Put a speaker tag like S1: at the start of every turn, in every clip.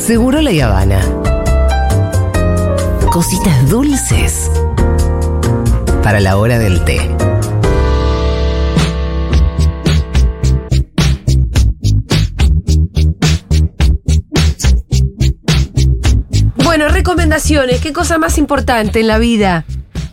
S1: Seguro la Habana. Cositas dulces para la hora del té.
S2: Bueno, recomendaciones. ¿Qué cosa más importante en la vida?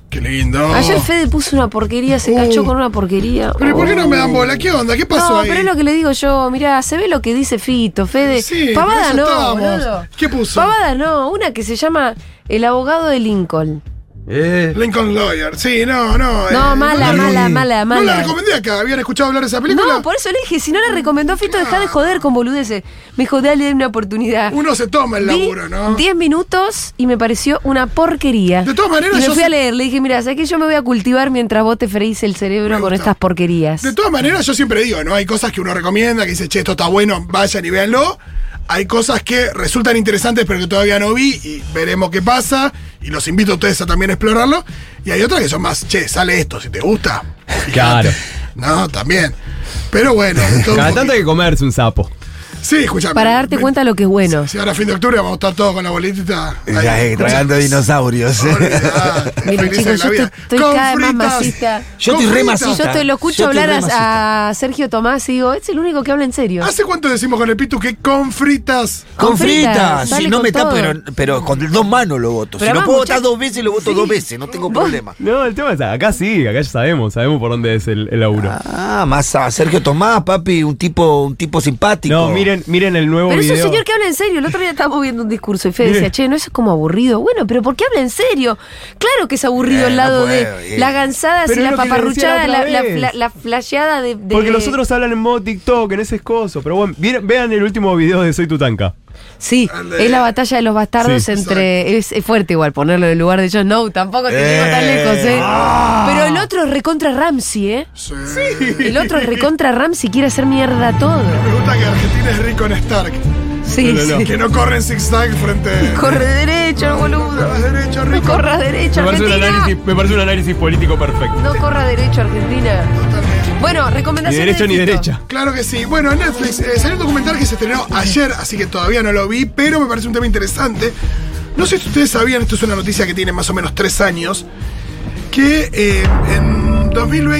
S3: Qué lindo.
S2: Ayer Fede puso una porquería, se cachó con una porquería. Oh.
S3: Pero ¿y ¿por qué no me dan bola? ¿Qué onda? ¿Qué pasó
S2: no,
S3: ahí?
S2: pero es lo que le digo yo. Mirá, se ve lo que dice Fito, Fede.
S3: Sí,
S2: Pavada
S3: por eso
S2: no,
S3: estábamos.
S2: boludo.
S3: ¿Qué puso?
S2: Pavada no, una que se llama El abogado de Lincoln.
S4: Eh,
S3: Lincoln Lawyer. Sí, no, no.
S2: No, mala,
S3: la-
S2: mala, mala,
S3: No la
S2: mala.
S3: recomendé acá. ¿Habían escuchado hablar de esa película? Ah.
S2: No, por eso le dije, si no la recomendó Fito, dejá de joder con boludeces. Me dijo, dale una oportunidad.
S3: Uno se toma el
S2: Vi
S3: laburo, ¿no?
S2: 10 minutos y me pareció una porquería.
S3: De todas maneras,
S2: y me
S3: yo
S2: fui
S3: sé-
S2: a leer, le dije, mira, ¿sabes que yo me voy a cultivar mientras vos te freís el cerebro
S3: Me
S2: con
S3: gusta.
S2: estas porquerías?
S3: De todas maneras, yo siempre digo, ¿no? Hay cosas que uno recomienda, que dice, che, esto está bueno, vayan y véanlo. Hay cosas que resultan interesantes pero que todavía no vi y veremos qué pasa. Y los invito a ustedes a también explorarlo. Y hay otras que son más, che, sale esto, si te gusta. fíjate.
S4: Claro.
S3: No, también. Pero bueno, todo un
S4: cada
S3: poquito.
S4: tanto hay que comerse un sapo.
S3: Sí, escuchame.
S2: Para darte
S3: Me-
S2: cuenta de lo que es bueno.
S3: Si ahora a fin de octubre vamos a estar todos con la boletita. ahí.
S5: Ya, eh, tragando dinosaurios.
S3: Olvidate,
S2: Miren, chicos,
S3: felices de la
S2: yo
S3: vida.
S2: estoy- estoy
S3: Con
S2: cada vez más
S3: fritas.
S2: masita.
S5: Yo
S3: Con
S5: estoy re
S3: fritas.
S2: Si yo
S5: masita.
S2: te lo escucho
S5: Yo estoy
S2: hablar
S5: re
S2: a- a,
S5: masita.
S2: Sergio Tomás y digo, es el único que habla en serio.
S3: ¿Hace cuánto decimos con el Pitu que con fritas?
S2: Con
S5: Con
S2: fritas,
S5: fritas.
S2: sale
S5: Si no
S2: con
S5: me
S2: todo.
S5: está, pero, pero con dos manos lo voto.
S2: Pero
S5: si
S2: además,
S5: lo puedo
S2: muchachos-
S5: votar dos veces, lo voto dos veces. No tengo
S2: Vos-
S5: problema.
S4: No, el tema es acá sí, acá ya sabemos, sabemos por dónde es el, el laburo.
S5: Ah, más a Sergio Tomás, papi, un tipo, un tipo simpático.
S4: no, miren, miren el nuevo
S2: Pero es
S4: video.
S2: un señor que habla en serio. El otro día estábamos viendo un discurso y Fede
S4: Mire.
S2: decía, che, no, eso es como aburrido. Bueno, pero ¿por qué habla en serio? Claro que es aburrido
S5: Eh,
S2: al lado
S5: no
S2: de
S5: puedo, eh.
S2: las gansadas y
S4: Pero
S2: las
S4: es lo que le decía
S2: paparruchadas, la,
S4: la
S2: la,
S4: otra vez.
S2: fla- la flasheada de, de-
S4: Porque los otros hablan en modo TikTok, en ese escoso. Pero bueno, vier- vean el último video de Soy Tutanka.
S2: Sí,
S3: Dale.
S2: es la batalla de los bastardos
S4: Sí.
S2: entre... Es, es fuerte igual ponerlo en el lugar de John No, tampoco te
S5: Eh.
S2: llego tan lejos, ¿eh? Pero el otro es recontra Ramsey, ¿eh?
S3: Sí.
S2: El otro es recontra Ramsey, quiere hacer mierda todo.
S3: Me gusta que Argentina es rico en Stark.
S2: Sí,
S4: No, no, no.
S2: sí.
S3: Que no corren zigzag frente.
S2: Corre derecho, boludo.
S3: Corre derecho,
S2: No
S3: rico.
S2: corras derecho, Argentina.
S4: me parece un análisis político perfecto.
S2: No corra derecho, Argentina.
S3: Totalmente.
S2: Bueno,
S4: Ni
S2: recomendaciones.
S4: derecho ni
S2: de Fito.
S4: derecha.
S3: Claro que sí. Bueno, en Netflix eh, salió un documental que se estrenó ayer, así que todavía no lo vi, pero me parece un tema interesante. No sé si ustedes sabían, esto es una noticia que tiene más o menos tres años, que eh, en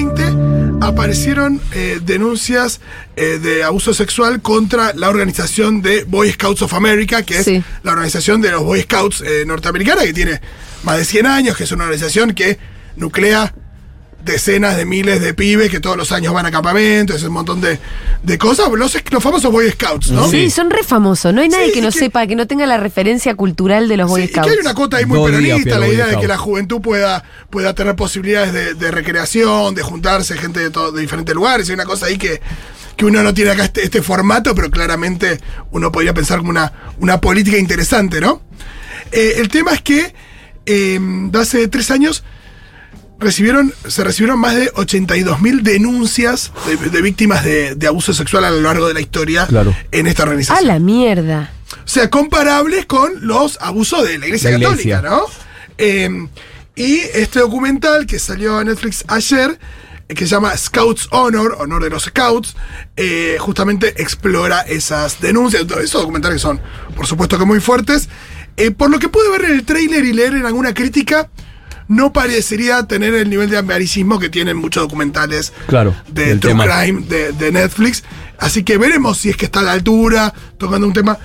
S3: 2020 aparecieron eh, denuncias eh, de abuso sexual contra la organización de Boy Scouts of America, que es
S2: Sí.
S3: la organización de los Boy Scouts eh, norteamericana, que tiene más de 100 años, que es una organización que nuclea decenas de miles de pibes que todos los años van a campamentos, es un montón de, de cosas. Los, los famosos Boy Scouts, ¿no?
S2: Sí, son re famosos. No hay nadie
S3: Sí,
S2: que
S3: y
S2: no
S3: que-
S2: sepa, que no tenga la referencia cultural de los
S3: Sí,
S2: Boy
S3: y que
S2: Scouts.
S3: hay una cuota ahí muy
S4: Dos días,
S3: peronista,
S4: pero
S3: la
S4: Boy
S3: idea de que
S4: Scout.
S3: la juventud pueda, pueda tener posibilidades de, de recreación, de juntarse gente de, todo- de diferentes lugares. Hay una cosa ahí que, que uno no tiene acá este, este formato, pero claramente uno podría pensar como una, una política interesante, ¿no? Eh, el tema es que eh, de hace tres años recibieron, se recibieron más de 82.000 denuncias de, de víctimas de, de abuso sexual a lo largo de la historia
S4: Claro.
S3: en esta organización.
S2: A la mierda.
S3: O sea, comparables con los abusos de la Iglesia,
S4: La iglesia.
S3: Católica, ¿no? Eh, y este documental que salió a Netflix ayer, eh, que se llama Scouts Honor, Honor de los Scouts, eh, justamente explora esas denuncias. Esos documentales que son, por supuesto, que muy fuertes. Eh, por lo que pude ver en el tráiler y leer en alguna crítica, no parecería tener el nivel de amarillismo que tienen muchos documentales
S4: Claro,
S3: de
S4: del
S3: True
S4: tema.
S3: Crime de, de Netflix. Así que veremos si es que está a la altura, tocando un tema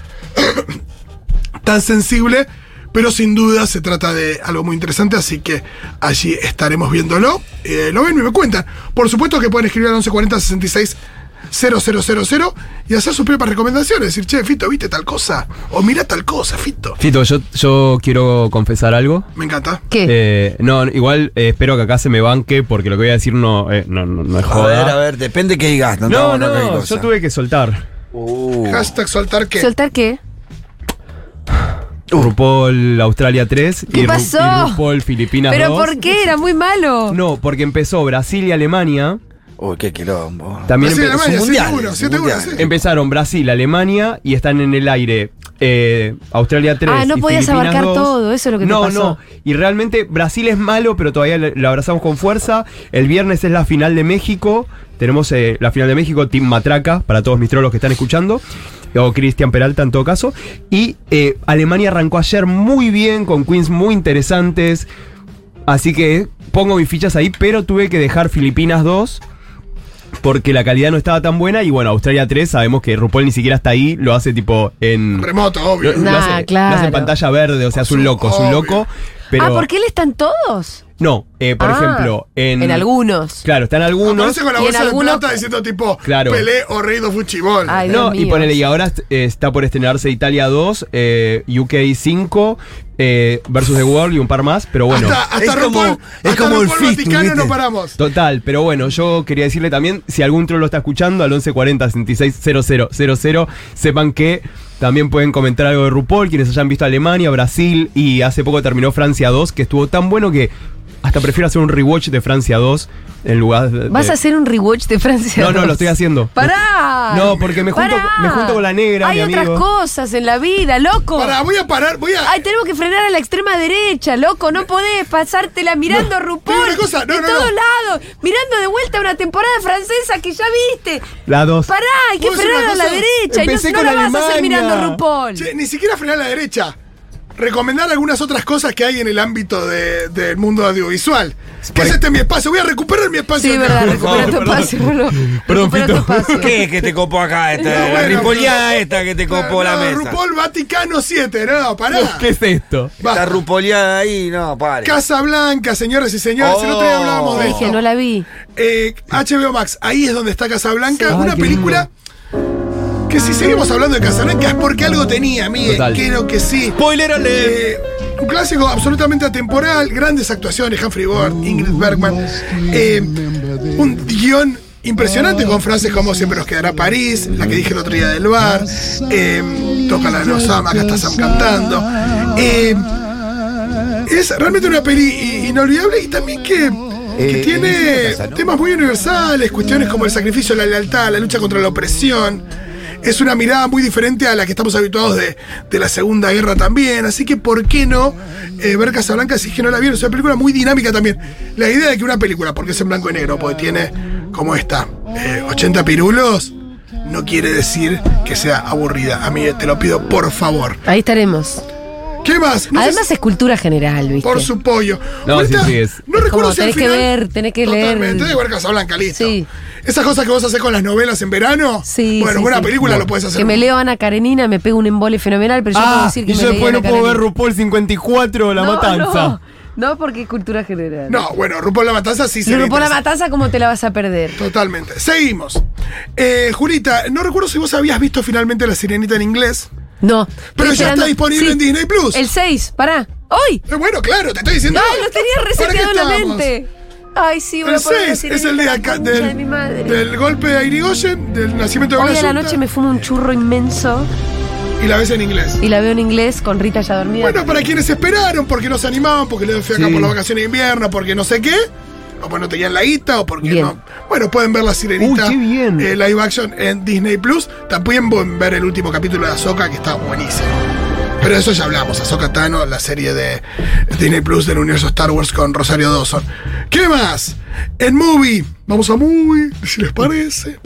S3: tan sensible, pero sin duda se trata de algo muy interesante, así que allí estaremos viéndolo. Eh, lo ven y me cuentan. Por supuesto que pueden escribir al 1140 66 0000 y hacer sus propias recomendaciones. Decir, che, Fito, ¿viste tal cosa? O mira tal cosa, Fito.
S4: Fito, yo, yo quiero confesar algo.
S3: Me encanta.
S2: ¿Qué?
S4: Eh, no, igual eh, espero que acá se me banque porque lo que voy a decir no, eh, no, no, no es
S5: A
S4: joda.
S5: ver, a ver, depende qué digas. No,
S4: No,
S5: no, no, qué
S4: no,
S5: cosa.
S4: yo tuve que soltar.
S5: Uh.
S3: Hashtag soltar que.
S2: ¿Soltar qué?
S4: RuPaul Australia 3
S2: Uh. ¿Qué
S4: y, Ru-
S2: pasó?
S4: y RuPaul Filipinas
S2: ¿Pero
S4: 2.
S2: por qué? Era muy malo.
S4: No, porque empezó Brasil y Alemania.
S5: Uy, qué quilombo. Em-
S4: También
S3: Brasil,
S4: empe-
S3: Alemania,
S5: son mundiales,
S3: 7-1, 7-1,
S5: mundiales.
S3: sí.
S4: empezaron Brasil, Alemania y están en el aire eh, Australia 3.
S2: Ah, no
S4: y
S2: podías
S4: Filipinas
S2: abarcar
S4: 2.
S2: todo, eso es lo que te
S4: No,
S2: pasó.
S4: no. Y realmente Brasil es malo, pero todavía le- lo abrazamos con fuerza. El viernes es la final de México. Tenemos eh, la final de México, Team Matraca, para todos mis trolos que están escuchando. O Cristian Peralta en todo caso. Y eh, Alemania arrancó ayer muy bien, con queens muy interesantes. Así que pongo mis fichas ahí, pero tuve que dejar Filipinas 2 porque la calidad no estaba tan buena. Y bueno, Australia 3, sabemos que RuPaul ni siquiera está ahí, lo hace tipo en.
S3: Remoto,
S4: Lo,
S3: obvio.
S4: lo
S2: Nah,
S4: hace, lo hace
S2: claro.
S4: en pantalla verde, o sea, es un loco, es un loco. Pero,
S2: ah, ¿por qué él está en todos?
S4: No, eh, por
S2: Ah,
S4: ejemplo, en.
S2: En algunos.
S4: Claro, están algunos.
S3: Aparece con la
S2: Y en
S3: bolsa de
S2: algunos-
S3: plata diciendo tipo,
S4: Claro.
S3: Pelé o Rey do Fuchibol.
S2: Ay, Dios
S4: No, y
S2: mío.
S4: ponele, y ahora eh, está por estrenarse Italia 2, eh, UK 5, eh, versus The World y un par más, pero bueno.
S3: hasta hasta
S5: es como-
S3: RuPaul-
S5: es
S3: hasta
S5: como el
S3: RuPaul
S5: Fist,
S3: Vaticano
S5: ¿viste?
S3: no paramos.
S4: Total, pero bueno, yo quería decirle también, si algún troll lo está escuchando, al 1140 0000 sepan que también pueden comentar algo de RuPaul, quienes hayan visto Alemania, Brasil y hace poco terminó Francia 2, que estuvo tan bueno que hasta prefiero hacer un rewatch de Francia 2 en lugar de...
S2: ¿Vas a hacer un rewatch de Francia?
S4: No, no,
S2: dos?
S4: lo estoy haciendo.
S2: ¡Pará!
S4: No, porque me junto-
S2: Pará.
S4: me junto con la negra,
S2: Hay
S4: mi amigo.
S2: otras cosas en la vida, loco.
S3: Pará, voy a parar, voy a.
S2: Ay, tenemos que frenar a la extrema derecha, loco. No podés pasártela mirando RuPaul.
S3: digo una cosa, no,
S2: de
S3: no,
S2: todos
S3: no.
S2: lados. Mirando de vuelta una temporada francesa que ya viste.
S4: La 2.
S2: Pará, hay que
S3: ¿Puedo decir
S2: frenar
S3: una
S2: a la
S3: cosa?
S2: derecha. Y no,
S4: Empecé
S2: no
S4: con
S2: la vas a hacer
S4: Alemania.
S2: mirando RuPaul.
S3: Che, ni siquiera frenar a la derecha. Recomendar algunas otras cosas que hay en el ámbito de- del mundo audiovisual. ¿Qué es este mi espacio? Voy a recuperar mi espacio.
S2: Sí,
S3: acá,
S2: verdad,
S3: por
S2: recupera
S3: favor.
S2: tu espacio, Bruno.
S4: Perdón,
S2: Recupera tu
S4: Fito.
S2: espacio.
S5: ¿Qué es que te copó acá esta?
S3: No,
S5: la
S3: bueno,
S5: ripollada
S3: pero-
S5: esta que te
S3: No,
S5: copó la
S3: no,
S5: mesa.
S3: RuPaul Vaticano 7, no, pará.
S4: ¿Qué es esto?
S5: Está
S3: Basta.
S5: rupoleada ahí, no, pare.
S3: Casa Blanca, señoras y señores, el otro día hablábamos de
S2: Dije,
S3: esto.
S2: no la vi.
S3: Eh, HBO Max, ahí es donde está Casablanca,
S4: Sí.
S3: una
S4: Ay, qué
S3: película que si seguimos hablando de Casablanca es porque algo tenía, Miguel,
S4: Total.
S3: creo que sí.
S4: Spoiler alert.
S3: Eh, un clásico absolutamente atemporal, grandes actuaciones, Humphrey Bogart, Ingrid Bergman, eh, un guión impresionante con frases como siempre nos quedará París, la que dije el otro día del bar, eh, toca la de los Sam, acá está Sam cantando. Eh, es realmente una peli i- inolvidable y también que, que
S5: Eh,
S3: tiene
S5: es una casa, ¿no?
S3: temas muy universales, cuestiones como el sacrificio, la lealtad, la lucha contra la opresión. Es una mirada muy diferente a la que estamos habituados de, de la Segunda Guerra también. Así que, ¿por qué no eh, ver Casablanca si es que no la vieron? Es una película muy dinámica también. La idea de que una película, porque es en blanco y negro, porque tiene como esta, eh, 80 pirulos, no quiere decir que sea aburrida. A mí te lo pido, por favor.
S2: Ahí estaremos.
S3: ¿Qué más? No sé
S2: Además
S3: si-
S2: es cultura general, ¿viste?
S3: por su pollo.
S4: No,
S3: Ahorita,
S4: sí, sí, es-
S3: No
S2: es
S3: recuerdo
S2: como,
S3: si al
S2: tenés que
S3: final-
S2: ver, tenés que leer.
S3: Totalmente, tenés que ver Casablanca, listo.
S2: Sí.
S3: Esas cosas que vos haces con las novelas en verano.
S2: Sí,
S3: Bueno,
S2: sí,
S3: buena
S2: sí.
S3: película lo puedes hacer.
S2: Que me leo Ana Karenina, me pego un embole fenomenal, pero yo puedo
S4: Ah,
S2: decir que
S4: y
S2: me
S4: yo
S2: leí
S4: después
S2: Ana
S4: no puedo ver
S2: Karenina.
S4: RuPaul 54, La
S2: No,
S4: Matanza.
S2: No, no, porque es cultura general.
S3: No, bueno, RuPaul La Matanza sí se
S2: Pero
S3: ve
S2: por la
S3: interesante.
S2: matanza, ¿cómo te la vas a perder?
S3: Totalmente. Seguimos. Eh, Julita, no recuerdo si vos habías visto finalmente La Sirenita en inglés.
S2: No.
S3: Pero
S2: estoy
S3: ya
S2: esperando-
S3: está disponible
S2: Sí,
S3: en Disney Plus.
S2: El 6, pará. ¡Hoy!
S3: Eh, bueno, claro, te estoy diciendo.
S2: No, lo tenía
S3: ¿Para qué
S2: reseteado en la
S3: estamos?
S2: mente. Ay, sí, voy a
S3: El
S2: poner la
S3: 6 es el
S2: sirenita,
S3: día
S2: la
S3: acá
S2: concha
S3: del,
S2: de mi madre.
S3: del golpe de Irigoyen, del nacimiento de
S2: Hoy
S3: Blas
S2: a la
S3: Ultra,
S2: noche me fumo un churro inmenso
S3: Y la ves en inglés.
S2: y la veo en inglés con Rita ya dormida.
S3: Bueno, para quienes esperaron, porque no se animaban, porque les fui acá
S4: Sí.
S3: por las vacaciones de invierno, porque no sé qué, o porque no tenían la guita, o porque
S2: Bien.
S3: no. Bueno, pueden ver la sirenita
S4: Uy, qué bien.
S3: eh, live action en Disney Plus. También pueden ver el último capítulo de Ahsoka, que está buenísimo. Pero de eso ya hablamos, Ahsoka Tano, la serie de Disney Plus del universo Star Wars con Rosario Dawson. ¿Qué más? En Movie, vamos a Movie, si les parece.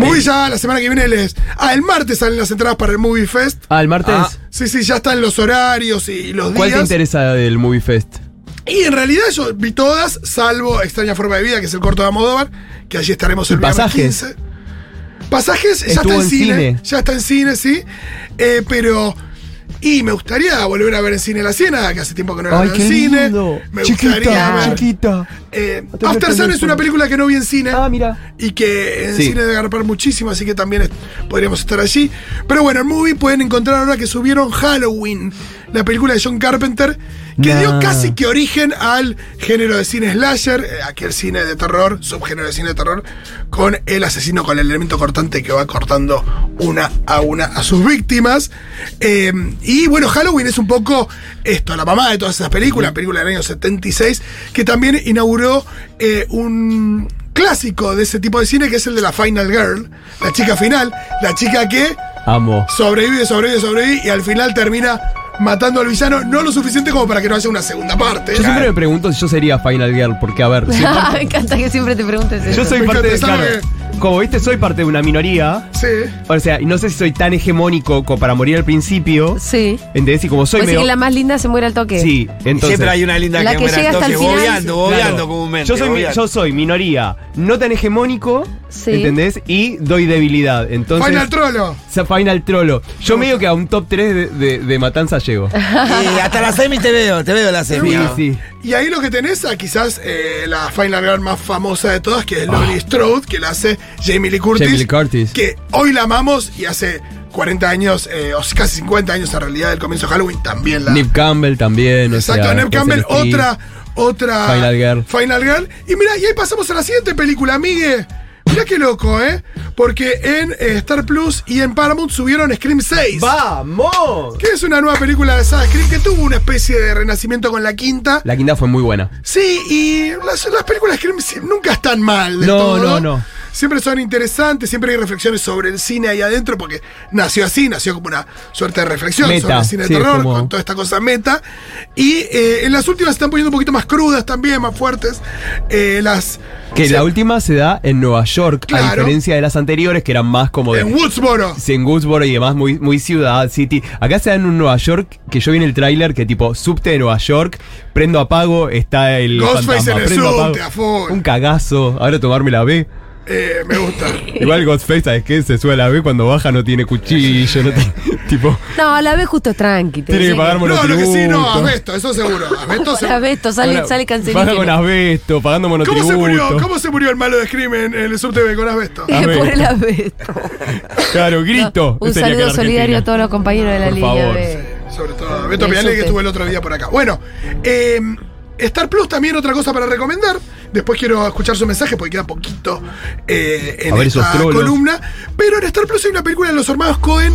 S3: Movie ya la semana que viene les... Ah, el martes salen las entradas para el Movie Fest.
S4: Ah, el martes.
S5: Ah,
S3: Sí, sí, ya están los horarios y los
S4: ¿Cuál te
S3: días.
S4: interesa del Movie Fest?
S3: y en realidad yo vi todas, salvo Extraña Forma de Vida, que es el corto de Amodóvar, que allí estaremos el
S4: ¿Y
S3: viernes
S4: pasajes?
S3: 15. Pasajes ya está
S4: Estuvo
S3: en
S4: en
S3: cine,
S4: cine.
S3: Ya está en cine, sí. Eh, pero. Y me gustaría volver a ver en cine La Ciénaga, que hace tiempo que no la veo en cine. Me gustaría ver.
S4: chiquita.
S3: eh,
S4: que
S3: After Sun
S4: tener
S3: es una
S4: sueño.
S3: película que no vi en cine
S4: Ah, mira.
S3: y que en
S4: Sí.
S3: cine debe agarpar muchísimo, así que también est- podríamos estar allí. Pero bueno, en Movie pueden encontrar ahora que subieron Halloween, la película de John Carpenter, que
S4: Nah.
S3: dio casi que origen al género de cine slasher, eh, aquel cine de terror, subgénero de cine de terror, con el asesino con el elemento cortante que va cortando una a una a sus víctimas. Eh, y bueno, Halloween es un poco esto, la mamá de todas esas películas, película del año 76, que también inauguró eh, un clásico de ese tipo de cine que es el de la Final Girl, la chica final, la chica que
S4: Amo.
S3: Sobrevive, sobrevive, sobrevive y al final termina matando al villano, no lo suficiente como para que no haya una segunda parte.
S4: Yo siempre me pregunto si yo sería Final Girl, porque a ver, si-
S2: Ah, Me encanta que siempre te preguntes eso.
S4: yo soy
S3: Me
S4: parte de.
S3: encanta, ¿sabes
S4: claro, como viste, soy parte de una minoría.
S3: Sí.
S4: O sea, y no sé si soy tan hegemónico como para morir al principio.
S2: Sí.
S4: ¿Entendés? Y como soy
S2: Pues sí
S4: medio-
S2: que la más linda se muere al toque.
S4: Sí, entonces.
S5: Siempre hay una linda
S2: La que
S5: muere
S2: llega hasta el
S5: entonces,
S2: final.
S5: bobeando,
S4: Claro.
S5: bobeando comúnmente.
S4: Yo soy, mi-
S5: bobeando.
S4: yo soy minoría, no tan hegemónico,
S2: Sí.
S4: ¿entendés? Y doy debilidad. Entonces,
S3: Final Trollo.
S4: Sa- Final Trollo. Yo medio que a un top 3 de, de- de matanza llego.
S5: Y hasta la semi te veo, te veo la semi. Ah.
S4: Sí,
S5: ¿no?
S4: sí.
S3: Y ahí lo que tenés a quizás eh, la Final Girl más famosa de todas, que es Lori Strode, que la hace Jamie Lee Curtis.
S4: Ah. Jamie Lee Curtis.
S3: Que hoy la amamos y hace 40 años, eh, o casi 50 años en realidad, del comienzo de Halloween también la.
S4: Nip Campbell también. o
S3: Exacto,
S4: sea,
S3: Neve
S4: que
S3: Campbell,
S4: es el Steve.
S3: otra, otra.
S4: Final Girl.
S3: Final Girl. Y mira, y ahí pasamos a la siguiente película, Migue. Mirá qué loco, ¿eh? Porque en eh, Star Plus y en Paramount subieron Scream 6.
S4: ¡Vamos!
S3: Que es una nueva película de Sada Scream que tuvo una especie de renacimiento con la quinta.
S4: La quinta fue muy buena.
S3: Sí, y las, las películas de Scream sie- nunca están mal. del
S4: No,
S3: todo.
S4: no, no.
S3: Siempre son interesantes, siempre hay reflexiones sobre el cine ahí adentro, porque nació así, nació como una suerte de reflexión
S4: Meta,
S3: sobre el cine de
S4: sí,
S3: terror,
S4: como-
S3: con toda esta cosa meta. Y eh, en las últimas se están poniendo un poquito más crudas también, más fuertes. Eh, las.
S4: Que
S3: se-
S4: la última se da en Nueva York, a
S3: Claro.
S4: diferencia de las anteriores que eran más como de.
S3: En Woodsboro.
S4: Sí, en Woodsboro y demás, muy, muy ciudad, city. Acá se da en un Nueva York, que yo vi en el tráiler, que tipo, subte de Nueva York, prendo apago, está el
S3: Ghostface
S4: fantasma,
S3: en el
S4: prendo,
S3: subte,
S4: apago.
S3: a full.
S4: Un cagazo, ahora tomarme la B.
S3: Eh, me gusta.
S4: Igual Ghostface, ¿sabes qué? Se sube a la B, cuando baja no tiene cuchillo, no tiene, tipo,
S2: No, a la vez justo es tranqui. te
S4: tiene que
S2: dice
S4: pagar
S3: no, lo que
S4: monotributo.
S3: sí, no, asbesto, eso seguro. Asbesto
S2: Ahora
S3: seguro.
S2: ves, esto sale,
S4: Ahora,
S2: sale
S4: Paga con
S2: cancerígeno.
S4: asbesto, pagando monotributo.
S3: ¿Cómo se, murió, ¿Cómo se murió el malo de Scream en, en el subte con asbesto?
S4: Ah,
S2: Por
S4: Asbesto.
S2: el asbesto.
S4: Claro, grito.
S2: Un
S4: Sería que
S2: saludo
S4: la
S2: solidario a
S4: Argentina.
S2: todos los compañeros de la
S4: Por
S2: línea
S4: favor.
S2: B.
S3: Sobre todo a Beto
S2: Del
S3: Pianelli que
S2: subte.
S3: estuve el otro día por acá. Bueno, eh, Star Plus también otra cosa para recomendar. Después quiero escuchar su mensaje porque queda poquito eh, en
S4: A ver esos
S3: esta
S4: trolos.
S3: columna. Pero en Star Plus hay una película de los hermanos Cohen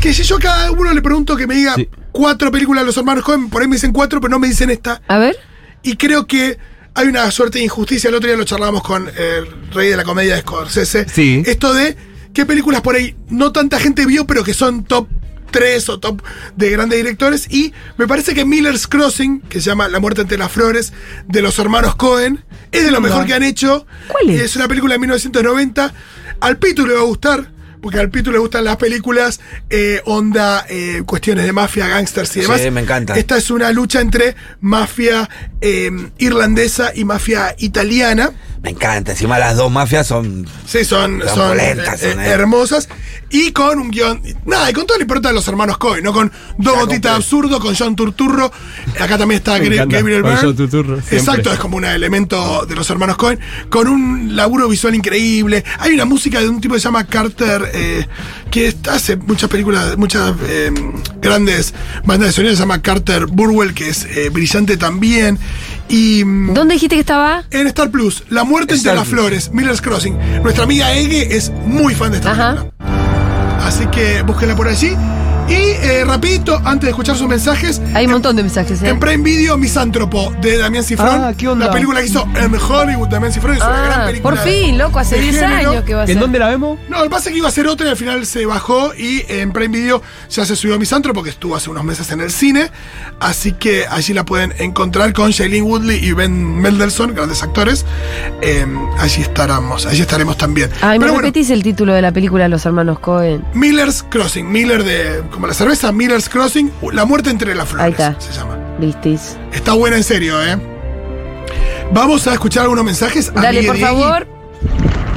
S3: que si yo a cada uno le pregunto que me diga
S4: Sí.
S3: cuatro películas de los hermanos Cohen, por ahí me dicen cuatro, pero no me dicen esta.
S2: A ver.
S3: Y creo que hay una suerte de injusticia. El otro día lo charlábamos con el rey de la comedia de Scorsese.
S4: Sí.
S3: Esto de qué películas por ahí no tanta gente vio, pero que son top 3 o top de grandes directores. Y me parece que Miller's Crossing, que se llama La muerte ante las flores, de los hermanos Cohen, es de lo mejor que han hecho.
S2: ¿Cuál es?
S3: Es una película de 1990. Al Pitu le va a gustar. Porque al Pitu le gustan las películas, eh, onda, eh, cuestiones de mafia, gangsters y demás.
S5: Sí, me encanta.
S3: Esta es una lucha entre mafia eh, irlandesa y mafia italiana.
S5: Me encanta, encima las dos mafias son.
S3: Sí, son,
S5: Son
S3: son,
S5: violentas,
S3: eh,
S5: son,
S3: eh,
S5: eh.
S3: hermosas. Y con un guión. Nada, y con toda la importa de los hermanos Coy, ¿no? Con dos gotitas de absurdo, con John Turturro. Acá también está
S4: Me
S3: Gre-
S4: encanta,
S3: Gabriel
S4: con
S3: Byrne.
S4: John Turturro, siempre.
S3: Exacto, es como un elemento de los hermanos Cohen. Con un laburo visual increíble. Hay una música de un tipo que se llama Carter, eh, que está- hace muchas películas, muchas eh, grandes bandas de sonido. Se llama Carter Burwell, que es eh, brillante también. Y. mm,
S2: ¿Dónde dijiste que estaba?
S3: en Star Plus, La muerte entre
S5: Star
S3: las
S5: Plus.
S3: flores, Miller's Crossing. Nuestra amiga Ege es muy fan de esta
S2: Ajá.
S3: película. Así que búsquenla por allí. Y eh, rapidito, antes de escuchar sus mensajes, em,
S2: Hay un montón de mensajes. ¿eh?
S3: en Prime Video, Misántropo, de Damián Cifrón.
S4: Ah, ¿qué onda?
S3: La película que hizo en Hollywood, Damián Cifrón, es una
S2: Ah,
S3: gran película.
S2: por fin, loco, hace
S3: de
S2: 10
S3: género.
S2: años que va a ser.
S4: ¿En dónde la vemos?
S3: No, el pasa es que iba a ser otra y al final se bajó y en Prime Video ya se subió Misántropo, que estuvo hace unos meses en el cine. Así que allí la pueden encontrar con Shailene Woodley y Ben Mendelssohn, grandes actores. Eh, allí estaremos, allí estaremos también.
S2: Ay, me
S3: Pero bueno,
S2: repetís el título de la película Los Hermanos Cohen.
S3: Miller's Crossing, Miller de. como la cerveza, Miller's Crossing, La muerte entre las flores
S2: Ahí está.
S3: se llama.
S2: ¿Listis?
S3: Está buena en serio, ¿eh? Vamos a escuchar algunos mensajes.
S6: Ah,
S2: Dale,
S3: Amigue
S2: por
S3: Diegui.
S2: favor.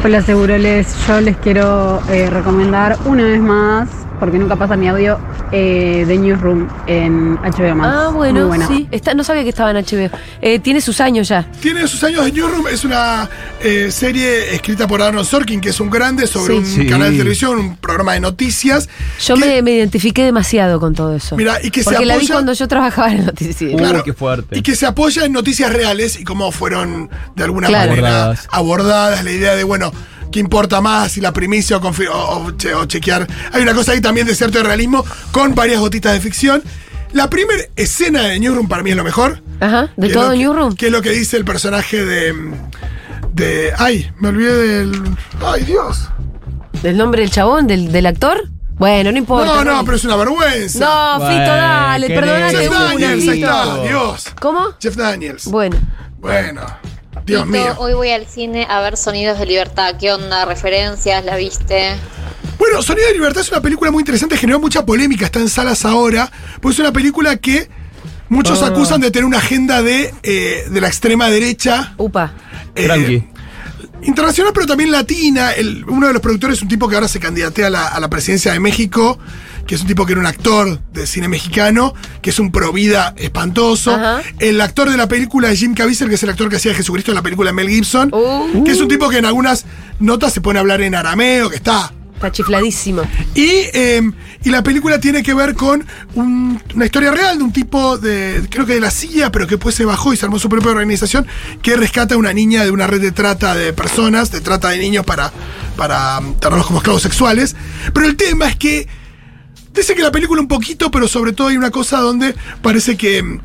S6: Hola Seguroles, yo Pues les quiero eh, recomendar una vez más, porque nunca pasa mi audio, eh, The Newsroom en HBO Max.
S2: Ah,
S6: Muy
S2: bueno,
S6: buena.
S2: sí. Está, no sabía que estaba en HBO. Eh, tiene sus años ya.
S3: Tiene sus años de Newsroom, es una eh, serie escrita por Aaron Sorkin, que es un grande sobre
S2: Sí.
S3: un
S4: Sí.
S3: canal de televisión, un programa de noticias.
S2: Yo
S3: que-
S2: me, me identifiqué demasiado con todo eso.
S3: Mirá, y que se
S2: Porque la vi
S3: apoya-
S2: cuando yo trabajaba en el noticiero.
S4: Uy, qué fuerte.
S3: Y que se apoya en noticias reales y cómo fueron de alguna
S2: Claro.
S3: manera
S4: Abordadas.
S3: abordadas. La idea de, bueno, ¿qué importa más si la primicia o, confi- o- o che- o chequear? Hay una cosa ahí también de cierto realismo con varias gotitas de ficción. La primera escena de Newsroom para mí es lo mejor.
S2: Ajá, de
S3: Que es
S2: todo
S3: lo que-
S2: Newsroom.
S3: Que es lo que dice el personaje de. de ay, me olvidé del. Ay, Dios.
S2: ¿Del nombre del chabón, del, del actor? Bueno, no importa.
S3: No, no, pero es una vergüenza.
S2: No,
S4: Bueno,
S2: Fito, dale,
S4: querido.
S2: perdónate
S4: Dale
S3: Jeff
S2: una,
S3: Daniels, ahí
S2: Fito.
S3: está, Dios.
S2: ¿Cómo?
S3: Jeff Daniels.
S2: Bueno.
S3: Bueno, Dios
S7: Tito,
S3: mío.
S7: Hoy voy al cine a ver Sonidos de Libertad. ¿Qué onda? ¿Referencias? ¿La viste?
S3: Bueno, Sonido de Libertad es una película muy interesante, generó mucha polémica, está en salas ahora, pues es una película que muchos acusan de tener una agenda de, eh, de la extrema derecha.
S2: Upa.
S3: eh,
S4: Tranqui.
S3: Internacional, pero también latina. El- uno de los productores es un tipo que ahora se candidatea a la, a la presidencia de México, que es un tipo que era un actor de cine mexicano, que es un provida espantoso.
S2: Ajá.
S3: El actor de la película es Jim Caviezel, que es el actor que hacía de Jesucristo en la película de Mel Gibson,
S2: Uh.
S3: que es un tipo que en algunas notas se pone a hablar en arameo, que está
S2: Está chifladísimo.
S3: y, eh, y la película tiene que ver con un- una historia real de un tipo de, creo que de la CIA, pero que después se bajó y se armó su propia organización, que rescata a una niña de una red de trata de personas, de trata de niños para, para mm, tenerlos como esclavos sexuales. Pero el tema es que dice que la película un poquito, pero sobre todo hay una cosa donde parece que... mm,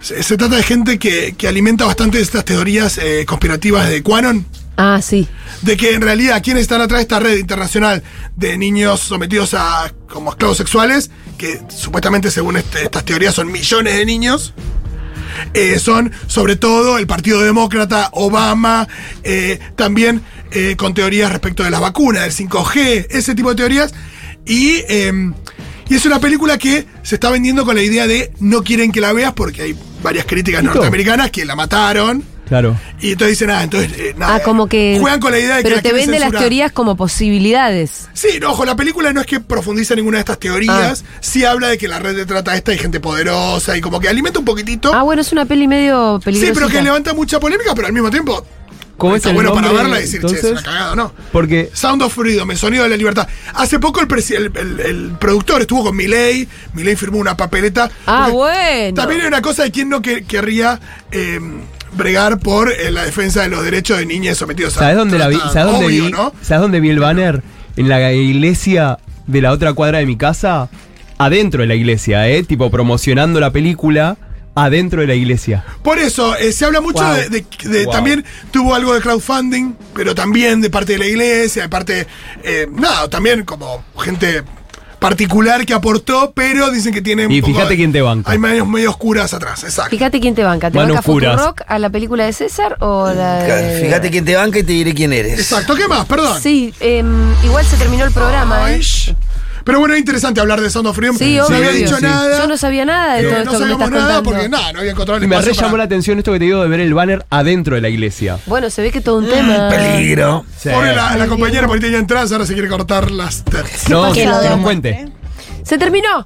S3: Se, se trata de gente que, que alimenta bastante estas teorías eh, conspirativas de Quanon
S2: Ah, sí.
S3: de que en realidad quienes están atrás de esta red internacional de niños sometidos a como esclavos sexuales, que supuestamente según este- estas teorías son millones de niños, eh, son sobre todo el Partido Demócrata, Obama, eh, también eh, con teorías respecto de las vacunas, del 5G, ese tipo de teorías. Y, eh, y es una película que se está vendiendo con la idea de no quieren que la veas porque hay varias críticas
S4: Tito.
S3: norteamericanas que la mataron.
S4: Claro.
S3: Y entonces dicen, ah, entonces eh, nada.
S2: Ah, como que.
S3: Juegan con la idea de que
S2: Pero
S3: la
S2: te
S3: quieren
S2: vende las
S3: censurar.
S2: teorías como posibilidades.
S3: Sí, no, ojo, la película no es que profundice ninguna de estas teorías.
S2: Ah.
S3: Sí habla de que la red de trata esta hay gente poderosa y como que alimenta un poquitito.
S2: Ah, bueno, es una peli medio
S3: sí,
S2: peligrosa.
S3: pero que levanta mucha polémica, pero al mismo tiempo.
S4: ¿Cómo
S3: está
S4: es el
S3: bueno para
S4: nombre,
S3: verla y decir, che, es una
S4: entonces?
S3: cagada, ¿no?
S4: Porque
S3: Sound of Freedom, el sonido de la libertad. Hace poco el, presi- el, el- el productor estuvo con Milei, Milei firmó una papeleta.
S2: Ah,
S3: Porque
S2: bueno.
S3: También hay una cosa de quién no que- querría eh, bregar por eh, la defensa de los derechos de niñas sometidos a
S4: ¿Sabes dónde la vi?
S3: trata.
S4: ¿Sabes dónde
S3: Obvio,
S4: vi?
S3: ¿no?
S4: ¿Sabes dónde vi el banner? En la iglesia de la otra cuadra de mi casa. Adentro de la iglesia, ¿eh? Tipo promocionando la película. Adentro de la iglesia.
S3: Por eso, eh, se habla mucho
S4: Wow.
S3: de, de- de-
S4: Wow.
S3: también tuvo algo de crowdfunding, pero también de parte de la iglesia, de parte, eh, nada, también como gente particular que aportó, pero dicen que tiene... un
S4: Y
S3: poco
S4: fíjate
S3: de-
S4: quién te banca.
S3: Hay medios medio oscuras atrás, exacto.
S2: Fíjate quién te banca. ¿Te
S4: Manos
S2: banca
S4: puras.
S2: Futurock a la película de César o la
S4: Eh.
S2: de...
S5: Fíjate quién te banca y te diré quién eres.
S3: Exacto, ¿qué más? Perdón.
S2: Sí, em, igual se terminó el programa,
S3: Ay,
S2: ¿eh?
S3: sh- Pero bueno, es interesante hablar de Sound of Freedom.
S2: Sí,
S3: no
S2: obvio,
S3: había
S2: obvio.
S3: dicho
S4: Sí.
S3: nada.
S2: Yo no sabía nada de
S3: eh,
S2: todo
S3: no
S2: esto que me
S3: sabíamos
S2: estás
S3: nada
S2: contando.
S3: porque nada, no había encontrado el
S4: Me re
S3: espacio
S4: llamó
S3: para-
S4: la atención esto que te digo de ver el banner adentro de la iglesia.
S2: Bueno, se ve que todo un tema...
S5: Mm, Peligro.
S3: Pobre la, la compañera porque tenía entradas, ahora se quiere cortar las tercias.
S4: No,
S2: ¿Qué
S4: que
S2: pasó?
S4: nos cuente.
S2: ¡Se terminó!